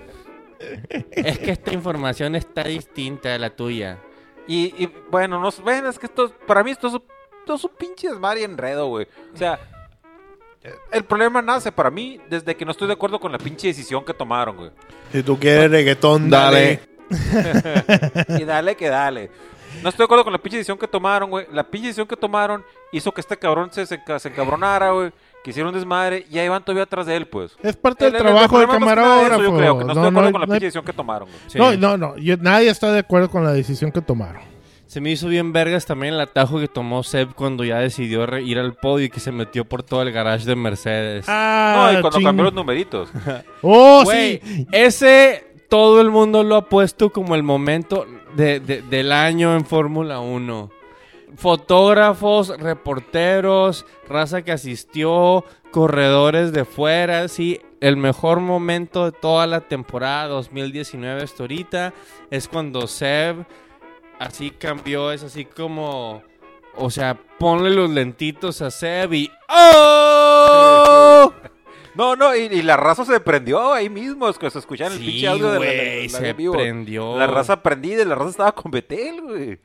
C: es que esta información está distinta a la tuya.
D: Y, y, bueno, no sé, ven, es que esto, para mí esto es, un- esto es un pinche desmadre y enredo, güey. O sea, el problema nace para mí desde que no estoy de acuerdo con la pinche decisión que tomaron, güey.
E: Si tú quieres reggaetón, dale.
D: Y dale que dale. No estoy de acuerdo con la pinche decisión que tomaron, güey. La pinche decisión que tomaron hizo que este cabrón se, se, enca- se encabronara, güey. Que hicieron desmadre y ahí van todavía atrás de él, pues.
E: Es parte del
D: El- el- el
E: trabajo del
D: problema más que nada de eso,
E: camarógrafo.
D: Yo creo que no, estoy de acuerdo con la
E: no hay-
D: pinche decisión que tomaron, güey.
E: no, no, no, yo- nadie está de acuerdo con la decisión que tomaron.
C: Se me hizo bien vergas también el atajo que tomó Seb cuando ya decidió re- ir al podio y que se metió por todo el garage de Mercedes.
E: Ah,
D: No, y cuando
E: ching-
D: cambió los numeritos.
E: Oh,
C: Güey,
E: sí.
C: ese todo el mundo lo ha puesto como el momento de- de- del año en Fórmula 1. Fotógrafos, reporteros, raza que asistió, corredores de fuera, sí. El mejor momento de toda la temporada 2019 hasta ahorita es cuando Seb así cambió, es así como... O sea, ponle los lentitos a Seb y... ¡Oh!
D: No, no, y, y la raza se prendió ahí mismo. Es que se escuchaba en el
C: Sí,
D: pinche audio de la- de la,
C: güey,
D: de la-
C: se
D: en vivo.
C: prendió.
D: La raza prendida y la raza estaba con Betel, güey.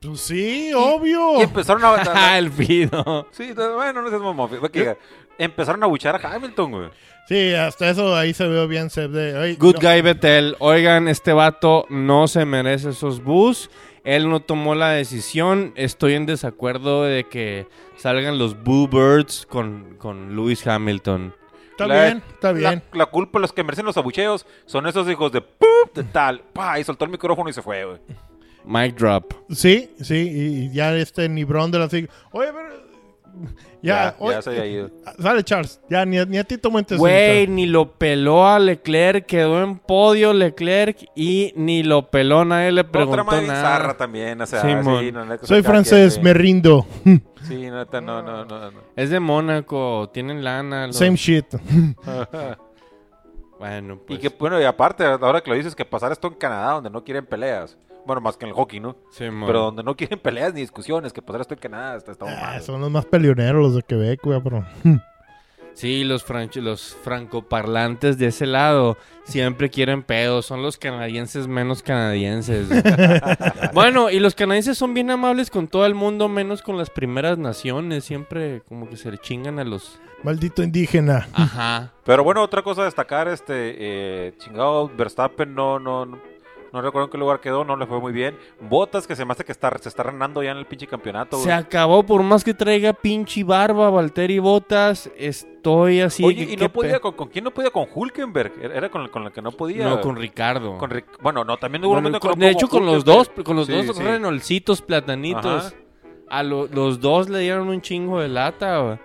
E: Pues sí,
D: Y
E: obvio.
D: empezaron a.
C: Ah, el pido.
D: sí, no, bueno, no seas mamón. fíjate que Empezaron a buchar a Hamilton, güey.
E: Sí, hasta eso ahí se vio bien. Seb de, ay,
C: Good
E: no.
C: guy Betel. Oigan, este vato no se merece esos bus. Él no tomó la decisión. Estoy en desacuerdo de que salgan los Boo Birds con, con Lewis Hamilton.
E: Está
D: La-
E: bien, está
D: la-
E: bien.
D: La, culpa, los que merecen los abucheos, son esos hijos de ¡pup! de tal. Pa, y soltó el micrófono y se fue, güey.
C: Mic drop.
E: Sí, sí, y, y ya este nibrón de la sig- Oye, pero Ya,
D: Ya,
E: hoy-
D: ya se había ido.
E: Sale Charles. Ya, ni, a- ni a Tito Montes.
C: Güey, ni lo peló a Leclerc, quedó en podio Leclerc y ni lo peló, nadie le
D: Otra
C: preguntó
D: más
C: nada.
D: bizarra también, o sea,
C: Simón.
D: sí, no, neta,
E: Soy
D: cada
E: francés,
D: quien,
E: me rindo.
D: sí. Sí, neta, no, no, no, no.
C: Es de Mónaco, tienen lana. los-
E: Same shit.
C: Bueno,
D: Y
C: pues.
D: que, bueno, y aparte, ahora que lo dices, que pasar esto en Canadá, donde no quieren peleas. Bueno, más que en el hockey, ¿no?
C: Simón.
D: Pero donde no quieren peleas ni discusiones, que pasar esto en Canadá, está, está muy
E: Ah,
D: mal.
E: son los más peleoneros los de Quebec, güey, pero.
C: Sí, los, franch- los francoparlantes de ese lado siempre quieren pedos. Son los canadienses menos canadienses. güey. bueno, y los canadienses son bien amables con todo el mundo, menos con las primeras naciones. Siempre como que se le chingan a los...
E: Maldito indígena.
C: Ajá.
D: Pero bueno, otra cosa a destacar, este eh, chingado Verstappen no, no, no, no recuerdo en qué lugar quedó, no le fue muy bien. Botas que se me hace que está, se está renando ya en el pinche campeonato.
C: Se
D: güey.
C: acabó por más que traiga pinche barba, Valtteri Botas. Estoy así...
D: Oye,
C: que-
D: y
C: qué
D: no podía,
C: pe-
D: con, ¿con quién no podía? Con Hulkenberg, era era con, el- con el que no podía.
C: No, con Ricardo.
D: Con Ric- bueno, no, también hubo un
C: Bueno,
D: momento que
C: con-
D: no
C: de
D: pudo
C: hecho, con los dos,
D: Hulkenberg.
C: con los
D: Sí,
C: dos
D: sí.
C: renolcitos platanitos.
D: Ajá.
C: A lo- los dos le dieron un chingo de lata, güey.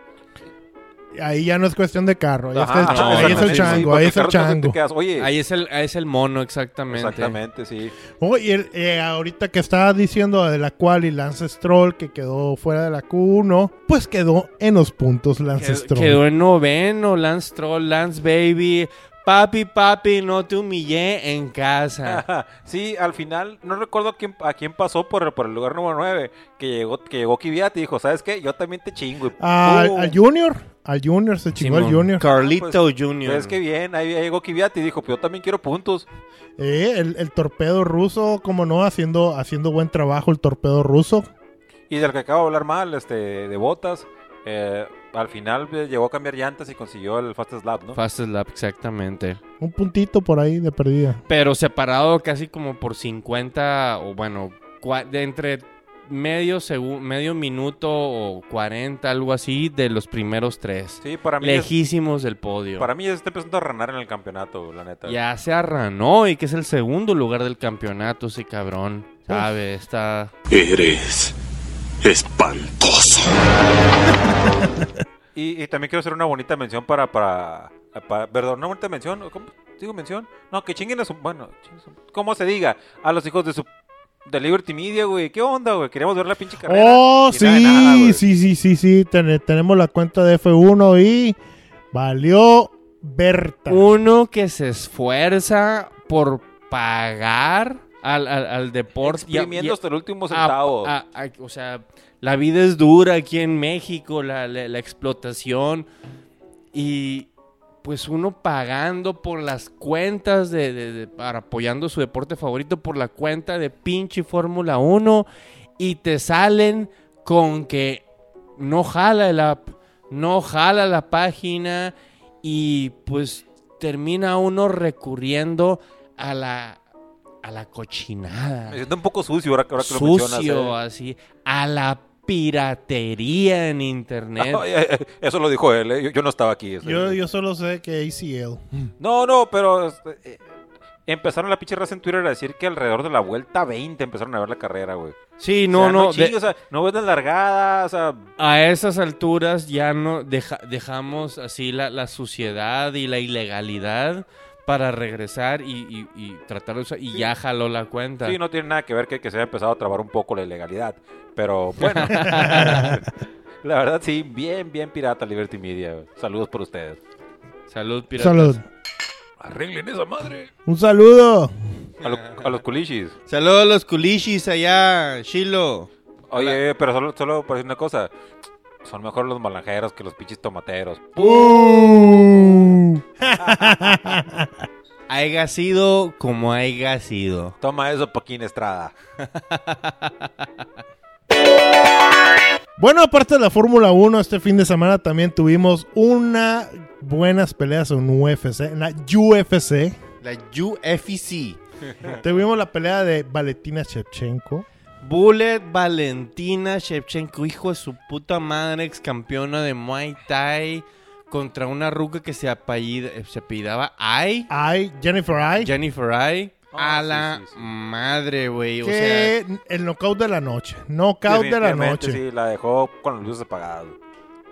E: Ahí ya no es cuestión de carro. Ahí, está el
D: Ajá,
E: chango, ahí
C: no,
E: es el
D: exactamente, sí,
E: chango.
D: porque
E: Ahí es el
D: Carlos no se te
E: chango.
D: quedas, Oye,
C: Ahí es el, ahí es el mono, exactamente.
D: exactamente, sí.
E: Oh, y el- eh, ahorita que estaba diciendo de la cual y Lance Stroll que quedó fuera de la Q1, pues quedó en los puntos Lance
C: Quedó,
E: Stroll.
C: quedó en noveno, Lance Troll, Lance Baby. Papi, papi, no te humillé en casa.
D: Ajá. Sí, al final, no recuerdo quién, a quién pasó por, el- por el lugar número 9, que llegó, que llegó Kvyat y dijo, ¿sabes qué? Yo también te chingo. y
C: Ah,
E: Al,
D: ¡pum!
E: al Junior, al Junior, se chingó al
C: Simón.
E: Junior.
C: Carlito
D: Pues,
C: Junior.
D: Es que bien, ahí ahí llegó Kvyat y dijo, pues yo también quiero puntos.
E: Eh, el, el torpedo ruso, como no, haciendo, haciendo buen trabajo el torpedo ruso.
D: Y del que acabo de hablar mal, este, de botas, eh, al final eh, llegó a cambiar llantas y consiguió el Fast Slap, ¿no?
C: Fast Slap, exactamente.
E: Un puntito por ahí de perdida.
C: Pero separado casi como por 50 o bueno, cua- de entre medio, segu- medio minuto o 40, algo así, de los primeros tres.
D: sí, para mí, es-
C: Lejísimos del podio.
D: para mí ya se está empezando a ranar en el campeonato, la neta.
C: Ya se arranó y que es el segundo lugar del campeonato, ese cabrón. Sabe, está...
F: Eres espantoso.
D: Y, y también quiero hacer una bonita mención para, para, para- perdón, una bonita mención, ¿cómo digo mención? No, que chinguen a su, bueno, chinguen a su- ¿cómo se diga? A los hijos de su, de Liberty Media, güey, ¿qué onda, güey? Queríamos ver la pinche carrera.
E: Oh,
D: y nada de
E: sí,
D: nada, güey.
E: sí, sí, sí, sí. ten- tenemos la cuenta de F1 y valió Berta.
C: Uno que se esfuerza por pagar al, al, al deporte. y a-
D: Exprimiendo
C: y a-
D: hasta el último
C: a-
D: centavo.
C: a- a- Ah, o sea, la vida es dura aquí en México, la, la- la explotación. Y pues uno pagando por las cuentas de, de- de- para apoyando su deporte favorito por la cuenta de pinche Fórmula 1 y te salen con que no jala el app, no jala la página y pues termina uno recurriendo a la a la cochinada
D: Me siento un poco sucio ahora, ahora que lo mencionas.
C: sucio,
D: eh.
C: así, a la piratería en internet.
D: Ay, ay, ay, Eso lo dijo él, eh, yo, yo no estaba aquí. ese.
E: Yo, yo solo sé que ACL.
D: No, no, pero este, eh, empezaron la pinche raza en Twitter a decir que alrededor de la vuelta 20 empezaron a ver la carrera, güey.
C: Sí,
D: O
C: no,
D: sea,
C: no, de-
D: chingues, o sea, no ves las largadas, o sea,
C: a esas alturas ya no deja- dejamos así la, la suciedad y la ilegalidad para regresar y, y- y tratar de usar- y ya jaló la cuenta.
D: sí, no tiene nada que ver que, que se haya empezado a trabar un poco la ilegalidad. Pero bueno, la verdad sí, bien, bien pirata Liberty Media. güey. Saludos por ustedes.
C: Salud, piratas.
E: Salud.
D: Arreglen esa madre.
E: Un saludo.
D: A, lo- a los culichis.
C: Saludos a los culichis allá, Chilo.
D: Oye, pero solo, solo por decir una cosa. Son mejor los malanjeros que los pinches tomateros.
C: Haiga sido como haiga sido.
D: Toma eso, Paquín Estrada.
E: Bueno, aparte de la Fórmula 1, este fin de semana también tuvimos una buenas peleas en UFC, en la UFC.
C: La UFC.
E: tuvimos la pelea de Valentina Shevchenko.
C: Bullet Valentina Shevchenko, hijo de su puta madre, ex campeona de Muay Thai, contra una ruca que se, apellida- eh, se apellidaba Ai,
E: Ay, Jennifer Ay,
C: Jennifer Ai.
D: Ah,
C: a
D: sí,
C: la
D: sí, sí.
C: madre, güey. O sea,
E: que el knockout de la noche, knockout de la
D: Definitivamente,
E: noche.
D: Sí, la dejó con las luces apagadas.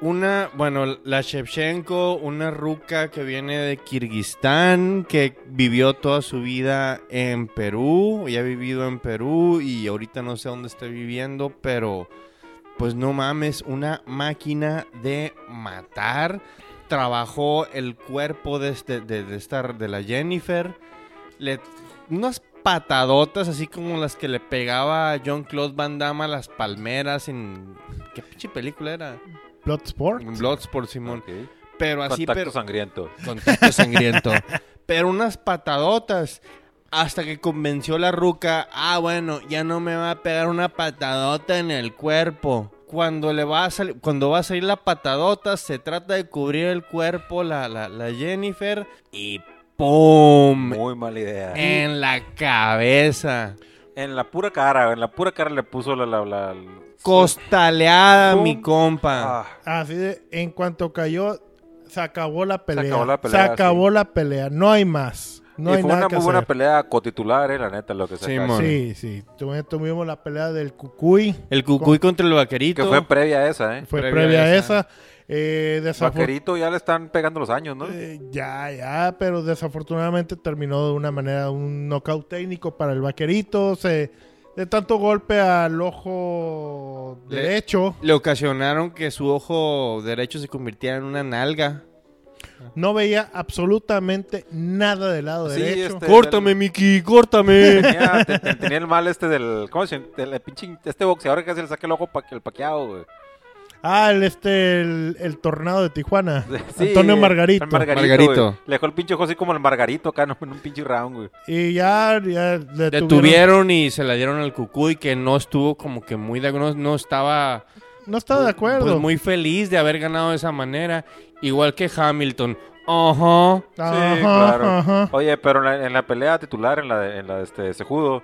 C: Una, bueno, la Shevchenko, una ruca que viene de Kirguistán, que vivió toda su vida en Perú, y ha vivido en Perú y ahorita no sé dónde está viviendo, pero pues no mames, una máquina de matar. Trabajó el cuerpo de, este- de, de esta- de la Jennifer. Le, unas patadotas así como las que le pegaba a John Claude Van Damme a las palmeras en... ¿Qué pinche película era?
E: Bloodsport.
C: Un Bloodsport, Simón.
D: Ok.
C: Pero así,
D: Contacto
C: pero.
D: sangriento.
C: Contacto sangriento. pero unas patadotas. Hasta que convenció la ruca. Ah, bueno, ya no me va a pegar una patadota en el cuerpo. Cuando le va a salir, cuando va a salir la patadota, se trata de cubrir el cuerpo la, la, la Jennifer. Y ¡pum!
D: Muy mala idea.
C: En la cabeza.
D: En la pura cara, en la pura cara le puso la... la, la- la-
C: Costaleada,
D: Pum.
C: mi compa.
D: Ah,
E: Así de, en cuanto cayó, se acabó la pelea.
D: acabó la pelea,
E: Se acabó la pelea. No hay más. No
D: y
E: hay
D: fue
E: nada
D: una
E: que
D: muy buena
E: hacer.
D: pelea cotitular, eh, la neta, lo que se
C: Sí,
D: acaba.
C: mon.
E: Sí, sí. Tuvi- Tuvimos la pelea del Cucuy.
C: el cucuy contra el vaquerito.
D: Que fue previa a esa, ¿eh?
E: Fue
C: Previa
E: previa,
C: a
E: a
C: esa.
E: esa. Eh, desafor-
D: Vaquerito ya le están pegando los años, ¿no?
E: eh, ya, ya, pero desafortunadamente terminó de una manera un knockout técnico para el vaquerito. Se, de tanto golpe al ojo
C: Le-
E: derecho.
C: Le ocasionaron que su ojo derecho se convirtiera en una nalga.
E: No veía absolutamente nada del lado
D: Sí,
E: derecho.
D: este-
C: ¡Córtame, Miki! ¡Córtame!
D: Tenía, te- te- tenía el mal este del... ¿Cómo se llama? El pinche... Este boxeador que se le saca el ojo para que el paqueado, güey.
E: Ah, el este, el, el tornado de Tijuana.
D: Sí,
E: Antonio Margarito.
D: el Margarito.
C: Margarito.
D: güey. Le dejó el pinche ojo así como el Margarito acá, ¿no? En un pinche round, güey.
E: Y ya, ya le tuvieron-
C: Detuvieron y se la dieron al cucuy que no estuvo como que muy de no, no estaba
E: No estaba de acuerdo.
C: pues, muy feliz de haber ganado de esa manera. Igual que Hamilton. Ajá.
E: Ajá,
D: sí, claro.
E: ajá.
D: Oye, pero en la, en la pelea titular, en la de, en la de este Sejudo,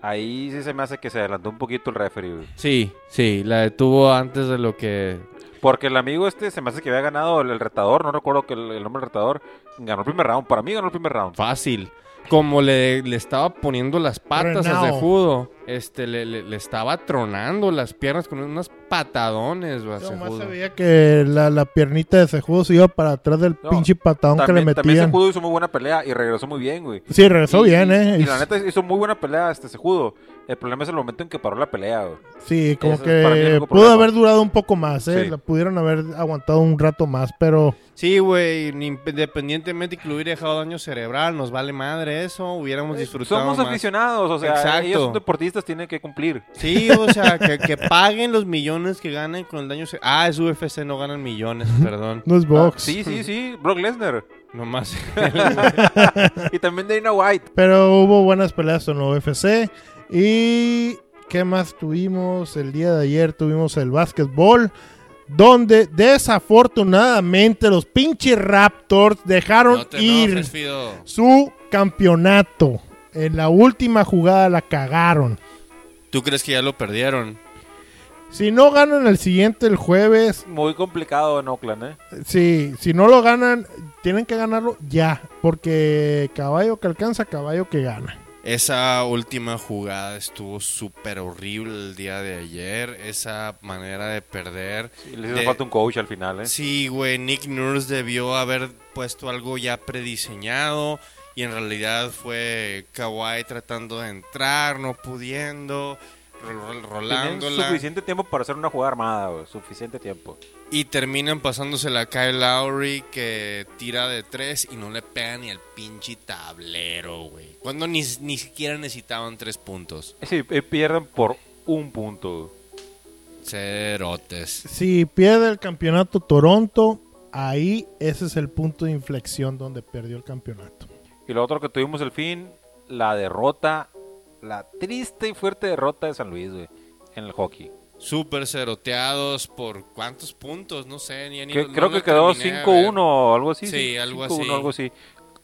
D: ahí sí se me hace que se adelantó un poquito el referee, güey.
C: Sí, sí, la detuvo antes de lo que.
D: Porque el amigo este se me hace que había ganado el, el retador, no recuerdo que el, el nombre del retador, ganó el primer round. Para mí ganó el primer round.
C: Fácil. Como le, le estaba poniendo las patas a
E: Renao.
C: Sejudo, este, le, le- le estaba tronando las piernas con unos patadones. güey, a
E: Nomás se
C: Cejudo.
E: veía que la, la piernita de Sejudo se iba para atrás del
D: No,
E: pinche patadón que le
D: También, también
E: metían.
D: Sejudo hizo muy buena pelea y regresó muy bien, güey.
E: Sí, regresó
D: Y-
E: bien,
D: y-
E: ¿eh?
D: Y la neta hizo muy buena pelea este Sejudo. El problema es el momento en que paró la pelea, güey.
E: sí, como
D: eso es para mí el
E: que
D: único
E: pudo
D: problema.
E: haber durado un poco más, ¿eh?
D: Sí.
E: La pudieron haber aguantado un rato más, pero
C: Sí, güey, ni- independientemente que le hubiera dejado daño cerebral, nos vale madre eso, hubiéramos disfrutado
D: Eh, Somos
C: más.
D: aficionados, o sea,
C: Exacto.
D: ellos son deportistas, tienen que cumplir.
C: Sí, o sea, que, que paguen los millones que ganan con el daño cerebral. Ah, es UFC, no ganan millones, perdón.
E: no es box.
D: Ah, Sí, sí, sí, Brock Lesnar.
C: Nomás.
D: y también Dana White.
E: Pero hubo buenas peleas en la UFC. ¿Y qué más tuvimos? El día de ayer tuvimos el básquetbol. Donde desafortunadamente los pinches Raptors dejaron ir su campeonato. En la última jugada la cagaron.
C: ¿Tú crees que ya lo perdieron?
E: Si no ganan el siguiente el jueves,
D: Muy complicado en Oakland, ¿eh?
E: sí, si no lo ganan, tienen que ganarlo ya. Porque caballo que alcanza, caballo que gana.
C: Esa última jugada estuvo súper horrible el día de ayer. Esa manera de perder.
D: Y les hizo
C: De-
D: falta un coach al final, ¿eh?
C: Sí, güey, Nick Nurse debió haber puesto algo ya prediseñado y en realidad fue Kawhi tratando de entrar, no pudiendo, ro- ro-
D: Tenían
C: rolándola
D: suficiente tiempo para hacer una jugada armada, güey. Suficiente tiempo.
C: y terminan pasándosela a Kyle Lowry que tira de tres y no le pega ni al pinche tablero, güey. Cuando ni, ni siquiera necesitaban tres puntos.
D: Sí, y eh, pierden por un punto. güey.
C: Cerotes.
E: Si pierde el campeonato Toronto, ahí ese es el punto de inflexión donde perdió el campeonato.
D: Y lo otro que tuvimos el fin, la derrota, la triste y fuerte derrota de San Luis, güey, en el hockey.
C: Súper ceroteados por cuántos puntos, no sé. Ni, ni-
D: Que-
C: no
D: creo
C: lo
D: que quedó
C: terminé de
D: 5-1
C: ver.
D: o algo así.
C: Sí, algo
D: 5-1,
C: así.
D: algo así.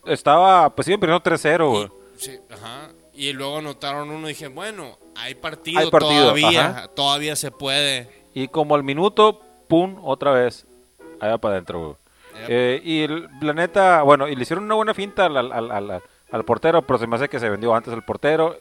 D: Estaba, pues siguen perdiendo 3-0, güey.
C: Y, sí, ajá. Y luego anotaron uno y dije, bueno, hay partido,
D: Hay partido,
C: todavía,
D: ajá.
C: todavía se puede.
D: Y como al minuto, pum, otra vez. Allá para adentro, güey. Eh, y el, la neta, bueno, y le hicieron una buena finta al, al- al- al- al portero, pero se me hace que se vendió antes el portero.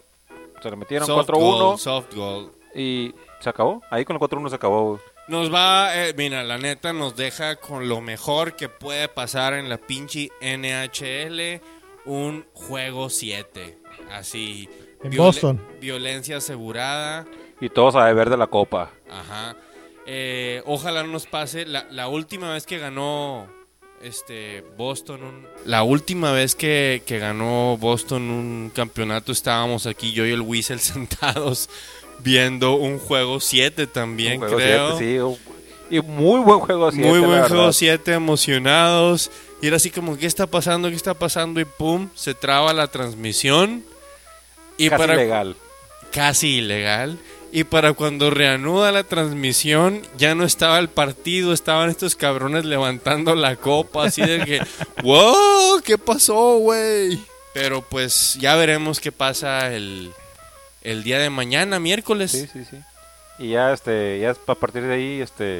D: Se le metieron
C: Soft goal,
D: 4-1
C: soft goal.
D: y se acabó. Ahí con el 4-1 se acabó. güey.
C: Nos va, eh, mira, la neta nos deja con lo mejor que puede pasar en la pinche NHL, un juego 7. Así.
E: En Boston.
C: Violencia asegurada.
D: Y todos a beber de la copa.
C: Ajá. Eh, ojalá no nos pase. La, la última vez que ganó este Boston, un- la última vez que, que ganó Boston un campeonato, estábamos aquí yo y el Whistle sentados viendo un juego 7 también,
D: Un juego
C: creo.
D: siete, sí, un- y muy buen juego siete,
C: Muy
D: la
C: buen
D: verdad.
C: juego 7, emocionados. Y era así como, ¿qué está pasando? ¿Qué está pasando? Y pum, se traba la transmisión. Y
D: Casi
C: para
D: legal.
C: casi ilegal. Y para cuando reanuda la transmisión, ya no estaba el partido, estaban estos cabrones levantando la copa, así de que, wow, ¿qué pasó, güey? Pero pues ya veremos qué pasa el, el día de mañana, miércoles.
D: Sí, sí, sí. Y ya, este, ya es- a partir de ahí, este,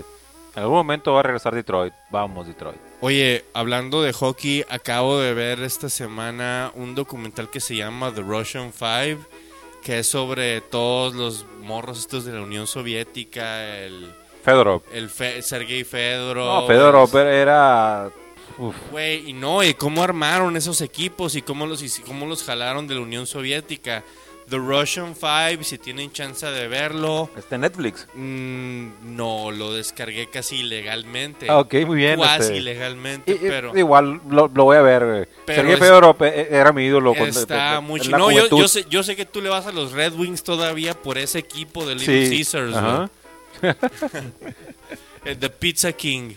D: en algún momento va a regresar Detroit. Vamos, Detroit.
C: Oye, hablando de hockey, acabo de ver esta semana un documental que se llama The Russian Five, que es sobre todos los morros estos de la Unión Soviética, el,
D: Fedorov.
C: el Fe- Sergei Fedorov.
D: No, pues, Fedorov era... uf,
C: Güey, y no, y cómo armaron esos equipos y cómo los, hici- cómo los jalaron de la Unión Soviética. The Russian Five, si tienen chance de verlo.
D: está en este, Netflix.
C: Mm, no, lo descargué casi ilegalmente.
D: Ah, ok, muy bien.
C: Cuasi
D: este.
C: ilegalmente,
D: Y- y-
C: pero
D: Igual lo, lo voy a ver. güey.
C: Pero
D: Sergei
C: es-
D: Fedorov eh, era mi ídolo. cuando-
C: está
D: en
C: muy
D: la
C: chido. No, yo,
D: juventud.
C: yo sé, yo sé que tú le vas a los Red Wings todavía por ese equipo de Little
D: Sí,
C: Caesars,
D: ajá.
C: güey. El The Pizza King.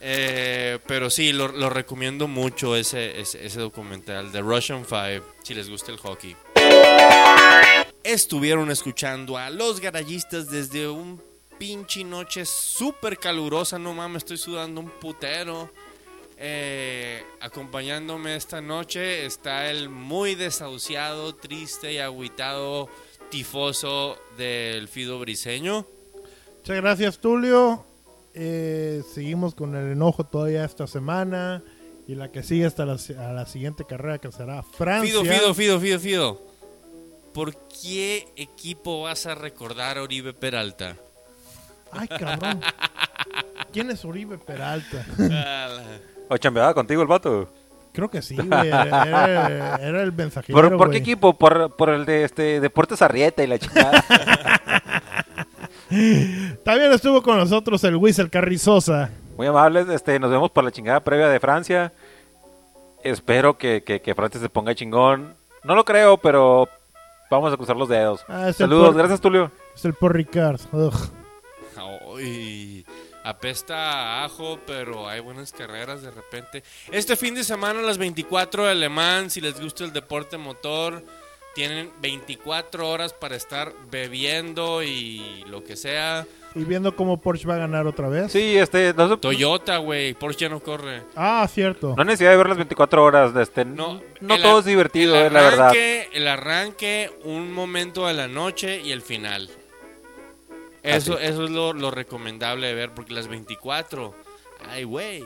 C: Eh, pero sí, lo, lo recomiendo mucho ese, ese, ese documental, The Russian Five, si les gusta el hockey. Estuvieron escuchando a los garayistas desde un pinche noche súper calurosa, no mames, estoy sudando un putero. Eh, acompañándome esta noche está el muy desahuciado, triste y agüitado tifoso del Fido Briseño.
E: Muchas gracias, Tulio. Eh, seguimos con el enojo todavía esta semana. Y la que sigue hasta la, a la siguiente carrera que será Francia.
C: Fido, Fido, Fido, Fido, Fido. ¿Por qué equipo vas a recordar a Oribe Peralta?
E: Ay, cabrón. ¿Quién es Uribe Peralta?
D: ¿O chambeaba contigo el vato?
E: Creo que sí, güey. Era, era el mensajero.
D: ¿Por, por qué
E: güey.
D: equipo? Por, por el de este, Deportes Arrieta y la chingada.
E: También estuvo con nosotros el Whistle Carrizosa.
D: Muy amables, este, nos vemos para la chingada previa de Francia. Espero que, que, que Francia se ponga chingón. No lo creo, pero vamos a cruzar los dedos.
E: Ah, es el
D: Saludos,
E: por-
D: gracias Tulio.
E: Es el Paul Ricard. Ugh.
C: Ay, apesta a ajo, pero hay buenas carreras de repente. Este fin de semana a las 24 de Le Mans, si les gusta el deporte motor, tienen 24 horas para estar bebiendo y lo que sea.
E: Y viendo cómo Porsche va a ganar otra vez.
D: Sí, este, no, se-
C: Toyota, güey, Porsche ya no corre.
E: Ah, cierto.
D: no hay necesidad de ver las 24 horas. de Este, no
C: No,
D: no
C: el
D: todo
C: ar-
D: es divertido,
C: el
D: eh, la verdad.
C: arranque- El arranque, un momento de la noche y el final. Eso, eso es lo, lo recomendable de ver, porque las 24. Ay, güey.